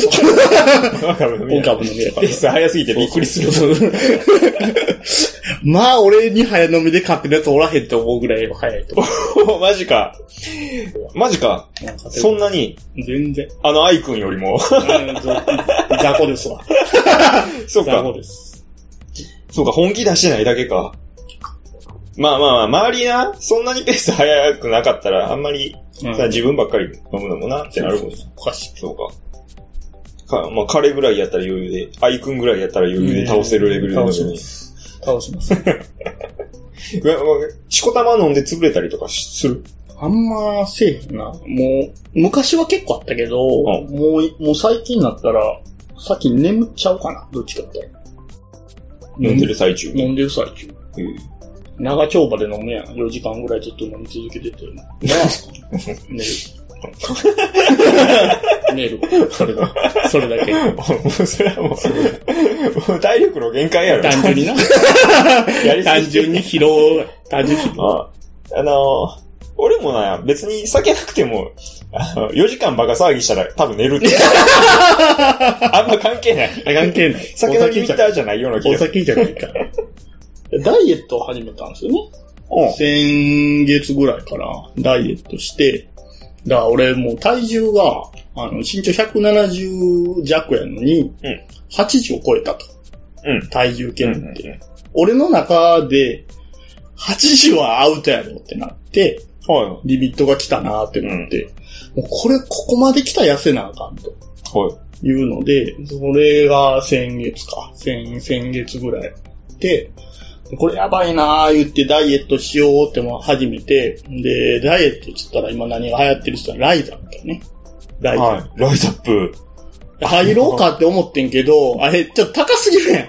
さ。
わかる
俺株飲みやから
ペー。ス早すぎてびっくりする。
まあ、俺に早飲みで勝手なやつおらへんと思うぐらい早いと思 [laughs]
マジか。マジか。
う。なんか
そんなに、[laughs]
全然。
あの、アイくんより
[laughs]
も。
うん雑魚ですわ。
そう
雑
か
魚。です。
そうか、本気出してないだけか。まあまあまあ、周りな、そんなにペース早くなかったら、あんまり、
うん
さ自分ばっかり飲むのもなってなるもんね。
おかしい。
そうか。か、まあ、彼ぐらいやったら余裕で、アイくんぐらいやったら余裕で倒せるレベルなの
倒しま
に。
す。倒します。
うわうわしこたま飲んで潰れたりとかしする。
あんませえへんな。もう、昔は結構あったけど、
ん
もうい、もう最近になったら、さっき眠っちゃうかな。どっちかって。
飲んでる最中に。
飲んでる最中。
うん [laughs]
長丁場で飲むやん。4時間ぐらいずっと飲み続けてて。なあ寝る。寝 [laughs] る。それだ。それだけ。
もうそれはもう、もう体力の限界やろ。
単純に [laughs] な。
やりすぎ
単純に疲労、単純に疲労。
ああのー俺もな、別に酒なくても、あの、4時間バカ騒ぎしたら多分寝る
[laughs]
って。あんま関係ない。
関係ない。
酒のリミ
じ
ッ
ゃ
ターじゃないような気
お
がする。
酒じゃない [laughs] から。ダイエットを始めたんですよね。
うん
先月ぐらいからダイエットして、だから俺もう体重が、あの、身長170弱やのに、
うん
80を超えたと。
うん
体重計
う
っ
ん
て、俺の中で、80はアウトやろってなって、
は
リミットが来たなってなって、もうこれ、ここまで来たら痩せなあかんと
い。はい。
いうので、それが先月か。先、先月ぐらい。で、これやばいなー言ってダイエットしようっても始めて、で、ダイエットっつったら今何が流行ってるっつったらライザップだね。ライザッ
はい。ライトアップ。
プ。入ろうかって思ってんけど、あれ、ちょっと高すぎるやん。
い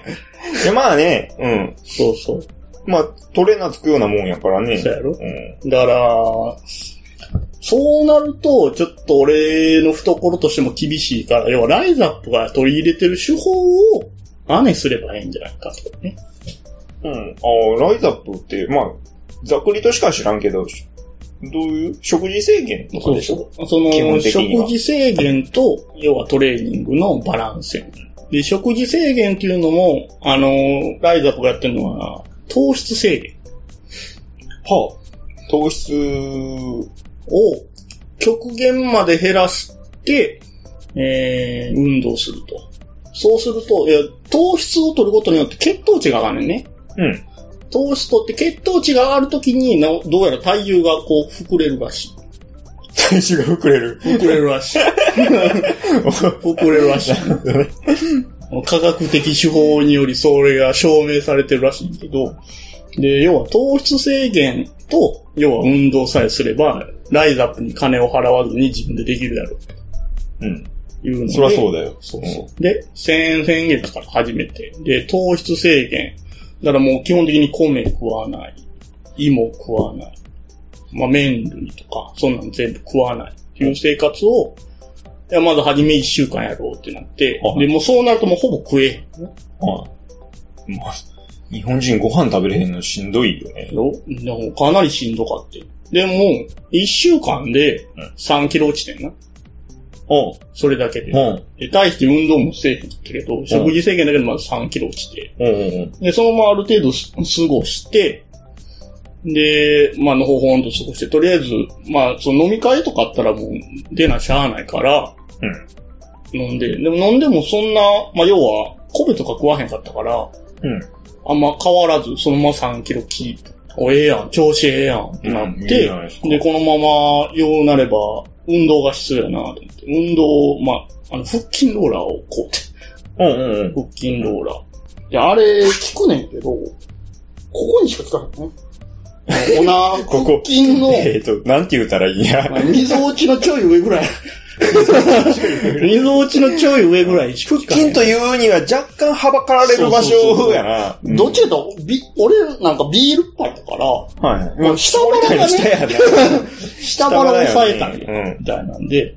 や、まあね、うん。
そうそう。
まあ、トレーナーつくようなもんやからね。
そうやろ
うん。
だから、そうなると、ちょっと俺の懐としても厳しいから、要はライザップが取り入れてる手法を真似すればいいんじゃないかとね。
うん。ああ、ライザップって、まあ、ざっくりとしか知らんけど、しどういう食事制限とかでしょ
そうその
基本、的には
食事制限と、要はトレーニングのバランスやねで、食事制限っていうのも、あのー、ライザップがやってるのは、糖質制限
はあ、糖質、
を極限まで減らして、えー、運動すると。そうすると、いや、糖質を取ることによって血糖値が上がるねんね。
うん。
糖質取って血糖値が上がるときにな、どうやら体重がこう、膨れるらしい。
体 [laughs] 重が膨れる。
膨れるらしい。膨れるらしい。科学的手法によりそれが証明されてるらしいんだけど、で、要は糖質制限と、要は運動さえすれば、ライザップに金を払わずに自分でできるだろう
うん。
というので。
そりゃそうだよ。
そうそう。で、1000円1000円だから始めて。で、糖質制限。だからもう基本的に米食わない。芋食わない。まあ、麺類とか、そんなの全部食わない。っていう生活を、いや、まず初め1週間やろうってなって
は、い
で、もうそうなるともうほぼ食えへん
はい。まあ、日本人ご飯食べれへんのしんどいよね。
よ。でもかなりしんどかって。でも、1週間で
うん
3キロ落ちてんな。
うん。
それだけで。
うん。
で、対して運動もせえへんけれど、食事制限だけでまず3キロ落ちて。
うんうん
で、そのままある程度す過ごして、で、まあ、のほほんと過ごして、とりあえず、まあ、その飲み会とかあったらもう出なしゃあないから、
うん
飲んで、でも飲んでもそんな、まあ、要は、米とか食わへんかったから、
うん。
あんま変わらず、そのまま3キロキープ。お、ええやん、調子ええやん、ってなっ
うんいい
て、
じゃないですか
で、このまま、ようなれば、運動が必要やなと思って、運動を、まあ、あの、腹筋ローラーをこう、
うんうんうん。
腹筋ローラー。で、あれ、効くねんけど、ここにしか効かへ [laughs] んね。おな、
こ
腹
こ
筋の、
えっと、なんて言うたらいいんや。
まあみぞおちのちょい上ぐ [laughs] らい。みぞおちのちょい上ぐらいしか効か
腹
へ
筋
ん
というには若干はばかられる場所やな。うん
どっちかというと、ビ俺なんかビールっぱいだから、
はい。
もう下腹が
下
ね、
やな。
下腹を抑えたん
下
や
腹やねうん
みたいなんで、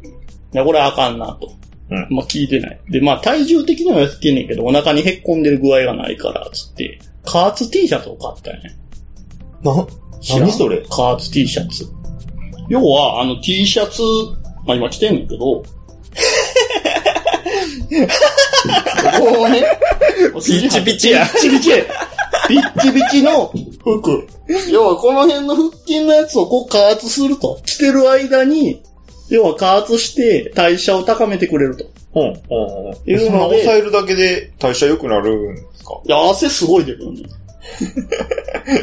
いや、これあかんなと。
うん
まあ、聞いてない。で、まあ、体重的には痩せてんねんけど、お腹にへっこんでる具合がないから、つって、加圧 T シャツを買ったんやね。
な、
らん
何それ
加圧 T シャツ。要は、あの T シャツ、まあ今着てんねんけど、ここをね、
ピッチピチや
ピッチピチや。ピッチピチの服。要はこの辺の腹筋のやつをこう加圧すると。着てる間に、要は加圧して代謝を高めてくれると。
うん。うんうん。
い
そう
ので
んな抑えるだけで代謝良くなるんですか
いや、汗すごい出る [laughs] よね。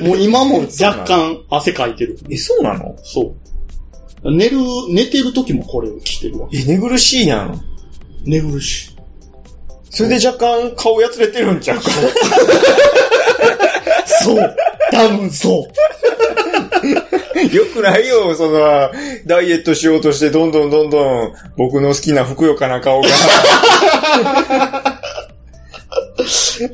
もう今も若干汗かいてる。
え、そうなの
そう。寝る、寝てる時もこれを着てるわ。
え、寝苦しいやん。
寝苦しい。
それで若干顔やつれてるんちゃうか。
そう。多分そう。
よくないよ、その、ダイエットしようとして、どんどんどんどん、僕の好きなふくよかな顔 [laughs] が、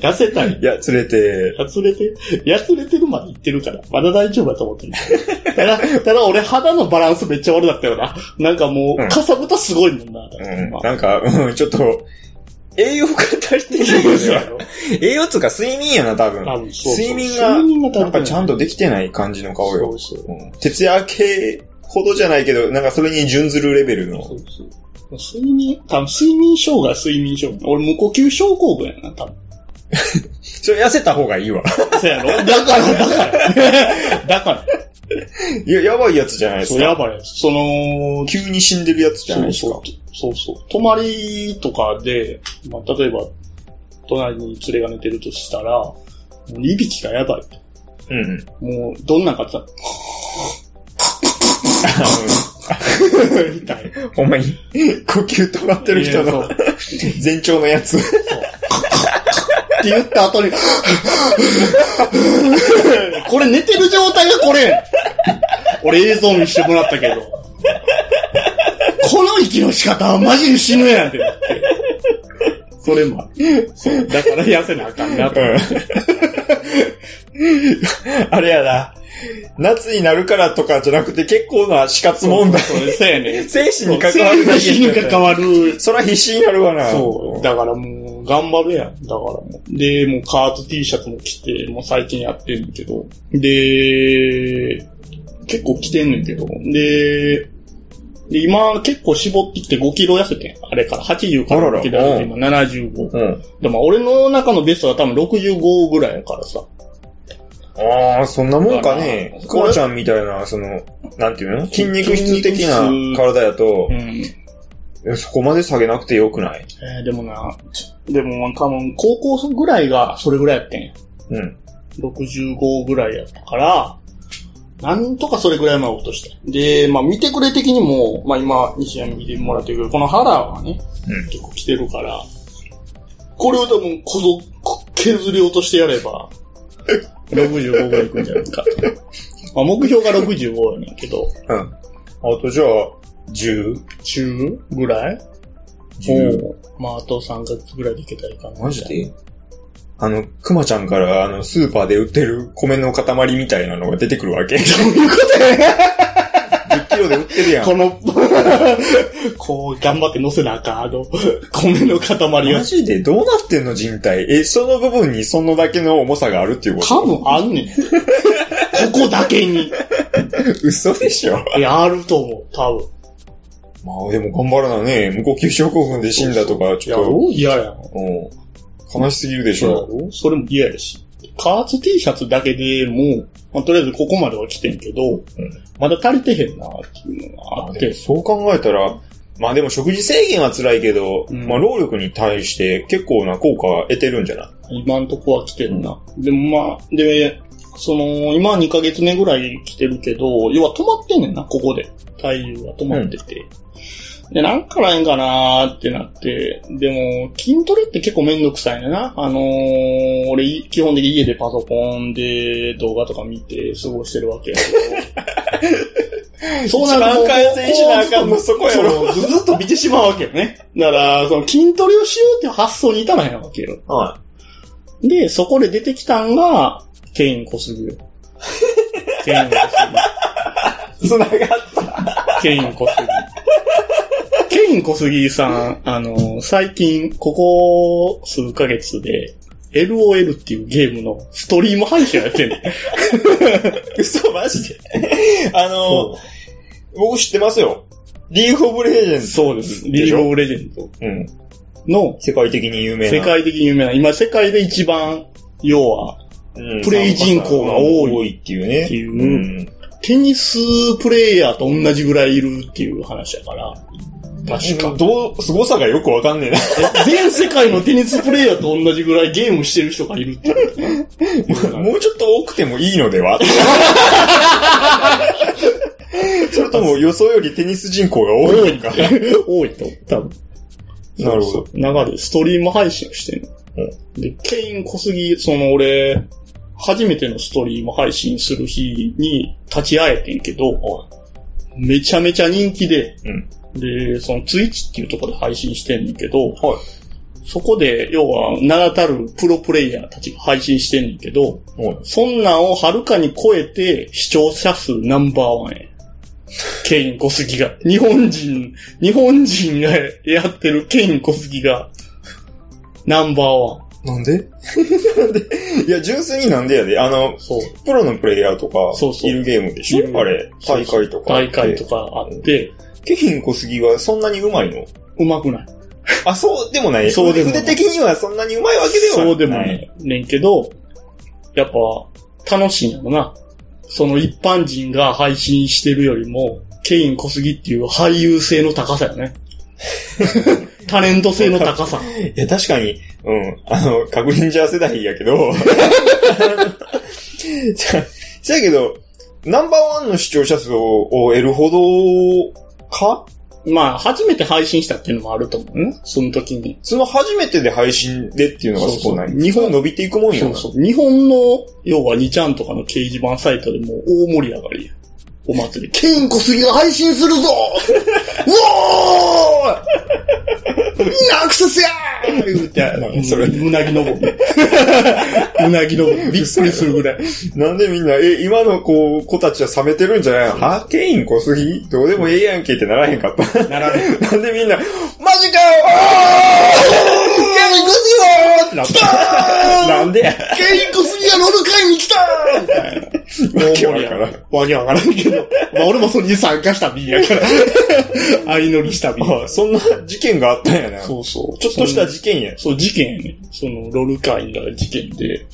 痩せたい。
いや、連れて、
やつれて、やつれてるまで行ってるから、まだ大丈夫だと思ってる。ただ、ただ俺肌のバランスめっちゃ悪かったよな。なんかも
うん
う、かさぶたすごいもんな。
うん、
まあ
なんか、 [laughs] うん、ちょっと、栄養が足りてないよ
[laughs] そうや
ね。
ろ
栄養っつうか睡眠やな、多分。
多分そうそう
睡眠が
睡眠が
なんかちゃん
と
とできてない感じの顔よ。
そうそう
うん徹夜明けほどじゃないけど、なんかそれに準ずるレベルの。
そうそう。睡眠、多分睡眠障害、睡眠障害。俺無呼吸症候群やな、多分。
それ痩せた方がいいわ。
[laughs]
[laughs]
そうやろだから、だから。 [laughs] だから。
いや、やばいやつじゃないで
そ
す
う、や
か。
ばいやつ。その、
急に死んでるやつじゃないです
そ
か
う。そうそうそう。泊まりとかで、まあ、例えば、隣に連れが寝てるとしたら、もういびきがやばい。
うんうん。 [laughs]
もう、どんな方みたいな。
ほんまに、呼吸止まってる人
いや
の
そう
[laughs] 前兆のやつ。
って言った後に、 [laughs] これ寝てる状態がこれ俺映像見してもらったけど、この息の仕方はマジで死ぬやんってなって。それもあるそうだから痩せなあかんなと。
うん [laughs] あれやな。夏になるからとかじゃなくて結構な死活問題。
そうそうやねん。
精神に関わるだけ
生に関わる。
そら必死になるわな。
そう。だからもう、頑張るやん。だからもう。で、もうカート T シャツも着て、もう最近やってんだけど。で、結構着てんねんけど。で、で今結構絞ってきて5キロ痩せてん。あれから80から5キロ痩せて、今75。
うん。
でも俺の中のベストは多分65ぐらいやからさ。
ああ、そんなもんかね。
だから
コラちゃんみたいな、その、なんていうの筋肉質的な体やと
う、ん。
そこまで下げなくてよくない
えーでもな、ちでも多分高校ぐらいがそれぐらいやってんや。
うん。
65ぐらいやったから、なんとかそれぐらいまで落として。で、まあ見てくれ的にも、まあ今、西山見てもらってるけど、この腹はね、
うん
結構来てるから、これを多分、こぞ、こ削り落としてやれ [laughs] ば、65ぐらいいくんじゃないか。 [laughs] まあ、目標が65やねんけど、
うん。あとじゃあ、10?
10ぐらい
10
おうまあ、あと3ヶ月ぐらいでいけたらいいかな。
マジであの、くまちゃんから、あの、スーパーで売ってる米の塊みたいなのが出てくるわけ。 [laughs] どういうことや ?10 キロで売ってるやん。
この、 [laughs] こう、頑張って乗せなあかん、あの、米の塊
マ
が。
ジでどうなってんの人体。え、その部分にそのだけの重さがあるっていうこと
多分あんねん。ここだけに。い
嘘でしょ。
や、あると思う、多分。
まあでも頑張らなね。無呼吸症候群で死んだとか、
い
ち
や
ょっと
ろ嫌やん。
うん、悲しすぎるでしょ。
そうやろそれも嫌やし。加圧 T シャツだけでもう、まあ、とりあえずここまでは来てんけど、まだ足りてへんなっていうのがあっ
でも
て、
そう考えたら、まあでも食事制限は辛いけど、
うん
まあ労力に対して結構な効果は得てるんじゃない
今んとこは来てるな。でもまあ、で、その、今2ヶ月目ぐらい来てるけど、要は止まってんねんな、ここで。太陽が止まってて。で、なんからええんかなーってなって、でも、筋トレって結構めんどくさいねんな。あのー、俺、い基本的に家でパソコンで動画とか見て過ごしてるわけや
[laughs]
けど。そうなるともう
一番改善しなあかんのそこやろ
そうずっと見てしまうわけよね。だから、その筋トレをしようっていう発想に至らへんわけよ。
は
で、そこで出てきたんが、ケイン小杉 [laughs] よ。ケイン小
い。 [laughs] 繋がっ
杉。ケイン小杉。ケイン小杉さん、あの、最近、ここ数ヶ月で、LOL っていうゲームのストリーム配信やってんの。
[laughs] 嘘、マジで。あの
そ、
僕知ってますよ。リーグオブレジェンズ。
[laughs] そうです。
で
リ
し
ー
ょ
グオブレジェンド
うん。
の
世界的に有名な。
世界的に有名な、今世界で一番、要は、
うん、
プレイ人口が多い
多いっていうね。
っていう
うん。
テニスプレイヤーと同じぐらいいるっていう話やから、確か。
どう、凄さがよくわかんねえな。
全世界のテニスプレイヤーと同じぐらいゲームしてる人がいるって
[laughs]
いう。
もうちょっと多くてもいいので
[laughs]
はそれとも予想よりテニス人口が多いのか。
多いと思う、多分。
なるほど。
中でストリーム配信をしてるで、ケイン小杉、その俺、初めてのストリーム配信する日に立ち会えてんけど、めちゃめちゃ人気で、
うん
で、そのツイッチっていうところで配信してんねんけど、
はい
そこで、要は、名だたるプロプレイヤーたちが配信してんねんけど、
はい
そんなんをはるかに超えて視聴者数ナンバーワンへ。ケイン小杉が。日本人、日本人がやってるケイン小杉がナンバーワン。
なんでなんでいや、純粋になんでやで。あの、
そう。
プロのプレイヤーとか
そう、そう
いるゲームでし
いる
ょあれ、大会とかあって。
大会とかあって、
ケヒン小杉はそんなに上手いの
うまくない。
[laughs] あ、そうでもない。
そうでもない
腕的にはそんなに上手いわけではない。
そうでもな。いねんけど、やっぱ楽しいんやろな。その一般人が配信してるよりも、ケイン小杉っていう俳優性の高さよ [laughs] ね。タレント性の高さ。
いや、確かに、うん。あの、カグレンジャー世代やけ [laughs] ど。じゃせやけど、ナンバーワンの視聴者数を得るほどか
まあ、初めて配信したっていうのもあると思うね。その時に。
その初めてで配信でっていうのがそこない。
そうそう
日本伸びていくもんや
そ
な
うそう。日本の、要は2ちゃんとかの掲示板サイトでもう大盛り上がりや。お祭り。ケインコスギが配信する [laughs] ぞうおーみんなアクセスやー言う
何
て、
それ
うなぎ [laughs] 登り。うなぎ登り。びっくりするぐらい。
なんでみんな、え、今の子、子たちは冷めてるんじゃないのはケイン小杉どうでもええやんけってならへんかった。
ならね。
なんでみんな、マジかよおーケイン小杉よーってなった。なんで
ケインコスギが乗る会に来たーみたいな。
わけわからん。
わけわからんけど。まあ俺もそれに参加した便やから。 [laughs] 相乗りした便。 [laughs]
あそんな事件があったんやな。ちょ
そうそう。
っとした事件や。
そう、事件やね。その、ロル会が事件で。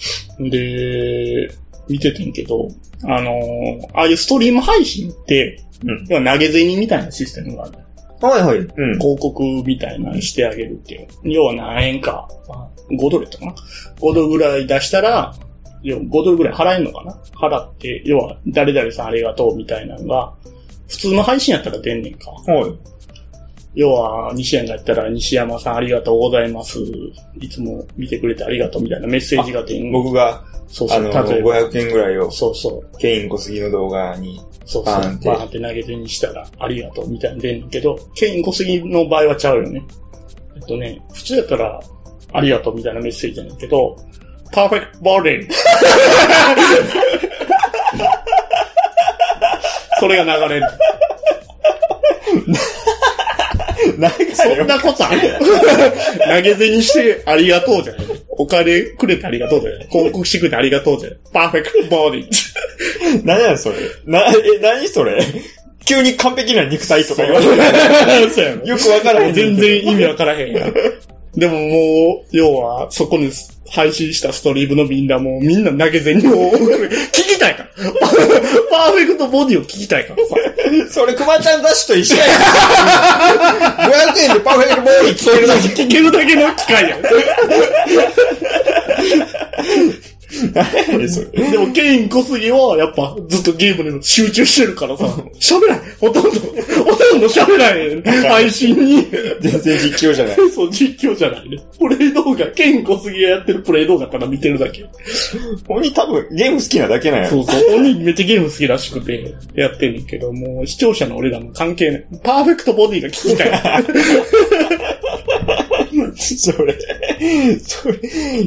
で、見ててんけど、あのーああいうストリーム配信って、
うん
要は投げ銭みたいなシステムがある。
はいはい。うん。
広告みたいなのしてあげるっていう。要は何円か、まあ5ドルやったかな ?5 ドルぐらい出したら、要は5ドルぐらい払えるのかな払って、要は、誰々さんありがとうみたいなのが、普通の配信やったら出んねんか。
はい。
要は、西山がやったら、西山さんありがとうございます。いつも見てくれてありがとうみたいなメッセージが点。
僕が、
そう
あ
そう、
の、
例えば。
500円ぐらいを、
そうそう。
ケイン小杉の動画に、
そうそ
バ
う。バ
ー
ー
ン
ン
っ
ってて投げ銭にしたら、ありがとうみたいに出んだけど、ケイン小杉の場合はちゃうよね。えっとね、普通やったら、ありがとうみたいなメッセージなんだけど、パーフェクトボーデ
[laughs]
ンそれが流れる。
なんか
そんなことある [laughs] 投げ銭してありがとうじゃない。お金くれてありがとう [laughs] じゃない。広告してくれてありがとうじゃない。パーフェクトボディ。
何や [laughs] それ。な、え、何それ急に完璧な肉体とか言われて。
そうやろ
[laughs] よくわからへん。
[laughs] 全。然意味わからへんやん。でももう、要は、そこに配信したストリームのみんなもうみんな投げ銭を聞きたいから。パーフェクトボディを聞きたいからさ。
それ、クマちゃんダッシュと一 [laughs] 緒やん。500円でパーフェクトボーイ聞けるだけ。
聞けるだけの機会やん。
何やねんそれ。
でも、ケイン小杉は、やっぱ、ずっとゲームに集中してるから
[laughs]
さ、喋らない。ほとんど、ほとんど喋らない。配信に。
全然実況じゃない。
[laughs] そう、実況じゃないね。プレイ動画、ケイン小杉がやってるプレイ動画から見てるだけ。
鬼多分ゲーム好きなだけなんや。
そうそう。鬼めっちゃゲーム好きらしくて、やってるけど、もう視聴者の俺らも関係ない。パーフェクトボディが聞きたい。
[laughs] それ。それ。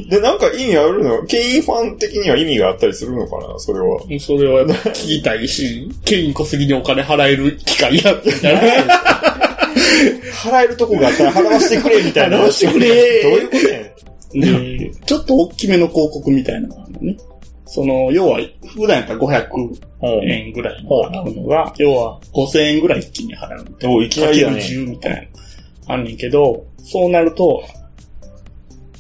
で、なんか意味あるのケインファン的には意味があったりするのかなそれは。
もうそれはやっぱ聞きたいし、ケイン小杉にお金払える機会やってみ
[laughs]
たいな。
払えるとこがあったら払わせてくれみたいな。
払わせてくれ
どういうことやねん。
で、ちょっと大きめの広告みたいなのがあるのね。その、要は、普段やったら500円ぐらいの払うのが、要は5000円ぐらい一気に払うみたいな。
おいきなりやね
かける10みたいな。あんねんけど、そうなると、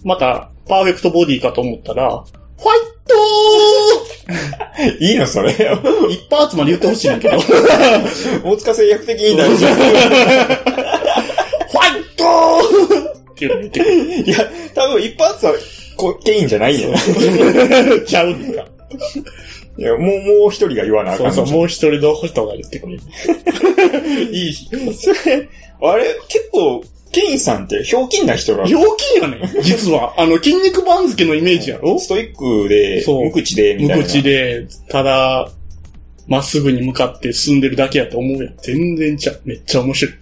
また、パーフェクトボディかと思ったら、ファイ
いいのそれ。
トー一発まで言ってほしいんだ [laughs] けど、ファイ
大塚製薬的に大事。
トーって言ってくる。
いや、多分一発は、こケインじゃないんや。
[laughs] ちゃうんだ。
いや、もう、もう一人が言わなあ
そ
か
うんそ
の
う、もう一人の人が言ってくれる。いいし。
それ、あれ、結構、ケインさんって、ひょうきんな人が、
陽気やねん、実は。あの、筋肉番付のイメージやろ
ストイックで、
そう
無口で、み
無
たいな。
口で、ただ、まっすぐに向かって進んでるだけやと思うやん。全然ちゃう、めっちゃ面白い。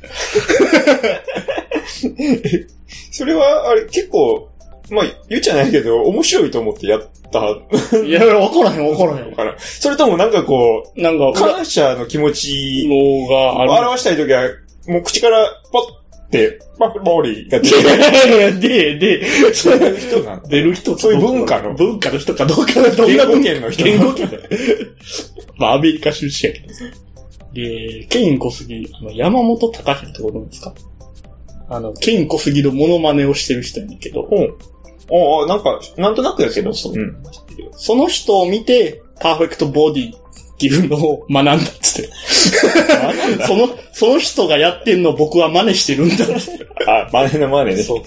それは、あれ、結構、まあ、言っちゃないけど、面白いと思ってやったの
[laughs] いや、怒らへん、怒らへん。
かな。それともなんかこ
なん
う、
か、裏
感謝の気持ち
の
を
があ
表したいときは、もう口から、ポッて、パッボーリーが出る
る。 [laughs] で、で、
人なの。
出る人
そういう文化の
文化の人かどうかな、どん
言
な
語
文化
圏の人。
言語圏だよ。 [laughs] まあ、アメリカ出身やけどさ。で、ケイン小杉、あの、山本隆弘ってことなんですかあの、ケイン小杉のモノマネをしてる人やねんけど、
うん。ああ、なんか、なんとなくやけど、
そう
う
そ
ん。
その人を見て、パーフェクトボディっていうのを学んだっ
[laughs]
つって。その、その人がやってんのを僕は真似してるんだっつって。
あ、マネのマネね。
そう。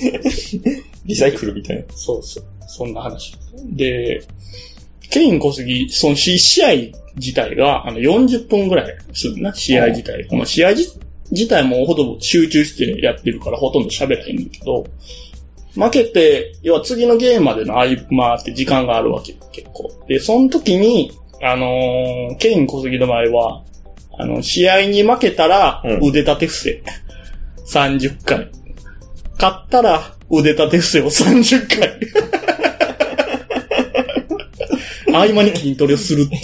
リサイクルみたいな。
そうそう。そんな話。で、ケイン小杉、その試試合自体が、あの、40分ぐらいするな、試合自体。まあ、試合自自体もほとんど集中してやってるから、ほとんど喋らへんねんけど、負けて、要は次のゲームまでの合間って時間があるわけよ、結構。で、その時に、あのーケイン小杉の場合は、あの、試合に負けたら
うん
腕立て伏せ。30回。勝ったら腕立て伏せを30回。合間に筋トレをするって。
[laughs]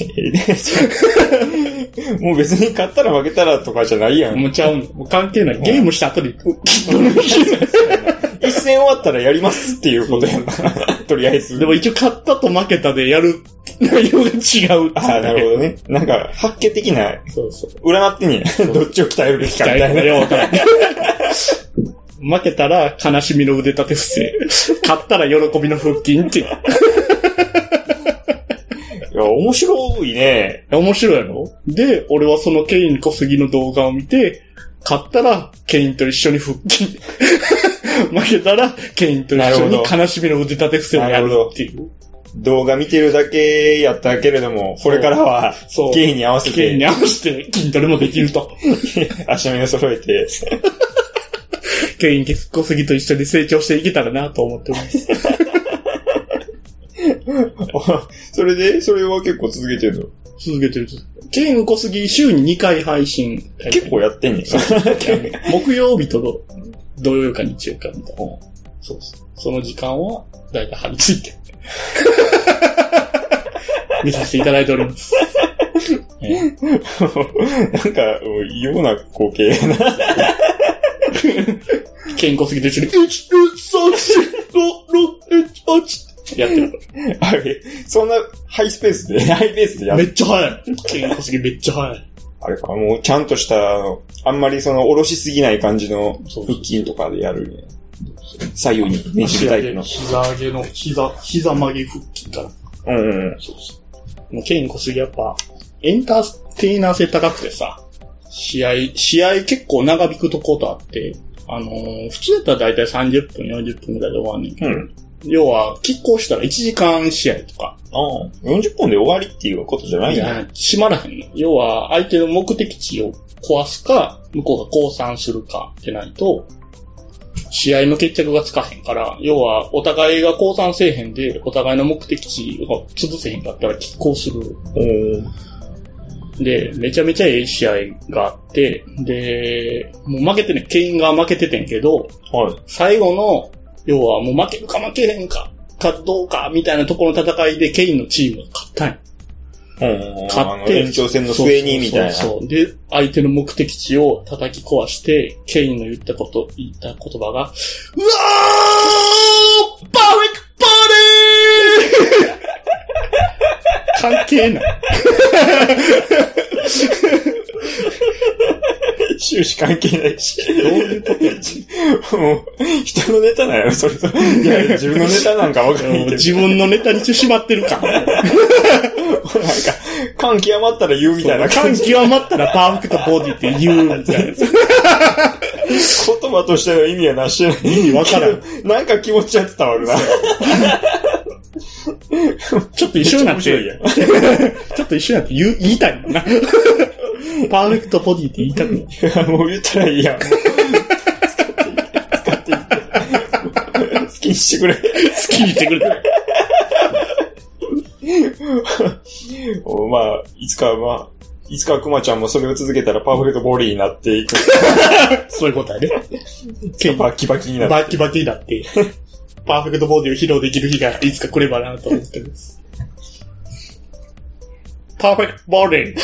もう別に勝ったら負けたらとかじゃないやん。
もうちゃうの。もう関係ない。ゲームした後で筋トレをしてる
一戦終わったらやりますっていうことやんな。 [laughs] とりあえず。
でも一応勝ったと負けたでやる内容が違うって
ああ、なるほどね。なんか、発見的な、
そうそう。
占ってに、どっちを鍛えるべきかみたいな。
ようわからん [laughs] 負けたら悲しみの腕立て伏せ。勝ったら喜びの腹筋って。
いや、面白いね。
面白いやろで、俺はそのケイン小杉の動画を見て、勝ったらケインと一緒に腹筋。 [laughs] 負けたらケインと一緒
なる
に
ほ
悲しみの腕立て伏せをやるっていう。
動画見てるだけやったけれども、これからは、
そう。
芸に合わせ
ケインに
て、 [laughs]
合わせて筋トレもできると。
足並みを揃えて、
ケイン・ケスコスギと一緒に成長していけたらなと思ってます。
あそれで、それは結構続けてるの。
続けてる。ケイン・コスギ週に2回配信。
結構やってんねん。
[laughs] 木曜日と土曜か日曜かみたいな。そうそう。その時間は、だいたい張り付いて。見させていただいております。ええ
[laughs] なんか、もう異様な光景 [laughs] やな。
健康すぎて一緒に、1,2,3,4,5,6,7,8やってる。
あれ、そんなハイスペースで、ハイペースでや
め
る。
っちゃ早い。健康すぎめっちゃ早い。
あれか、もうちゃんとした、あのあんまりその、下ろしすぎない感じの
そう
腹筋とかでやるね。左右に、ねじるタイプの。
膝上げの、膝、膝曲げ腹筋か
う
ら。
んうんうん。
そうそう。もうケイン小杉やっぱ、エンターテイナー性高くてさ、試合、試合結構長引くとことあって、あのー普通だったら大体30分、40分ぐらいで終わんねんけど、
うん。
要は、拮抗したら1時間試合とか、
ああ、40本で終わりっていうことじゃないんだ。
閉まらへんの。要は、相手の目的地を壊すか、向こうが降参するかってないと、試合の決着がつかへんから、要は、お互いが降参せえへんで、お互いの目的地を潰せへんかったら拮抗する
おー
で、めちゃめちゃええ試合があって、で、もう負けてね、ケインが負けててんけど、
はい。
最後の、要はもう負けるか負けへんか、かどうか、みたいなところの戦いでケインのチームが勝ったんや。
うんうん。あ
勝
の
って。
延長戦の末に、みたいな。
そうそうそうで、相手の目的地を叩き壊して、ケインの言ったこと、言った言葉が、うわーパーフェクト
[laughs]
ボディー関係ない。
[laughs] 終始関係ないし。
どういうこと
もう、人のネタなんやろ、それと。いや、自分のネタなんかわかんないけど。
自分のネタにしてしまってるか。
なんか、感極まったら言うみたいな
感
感じ。
極まったらパーフェクトボディって言うみたいな。
言葉としての意味はなしてない。
意味わからん。
[laughs] なんか気持ちは伝わるな。
ちょっと一緒になっ
面白いや
て、
ん。
ちょっと一緒になって言う言いたいもんな。パーフェクトボディって言いたくない。
もう言ったらいいやん。 [laughs] 使っていい使っていい好きにしてくれ。
好きにしてくれて。
おまあ、いつかはまあ、いつかはくまちゃんもそれを続けたらパーフェクトボディになってい
[laughs]
く。
そういうことやね。
バキバキになる。
バキバキだって、パーフェクトボディを披露できる日がいつか来ればなと思ってます。パーフェクトボディ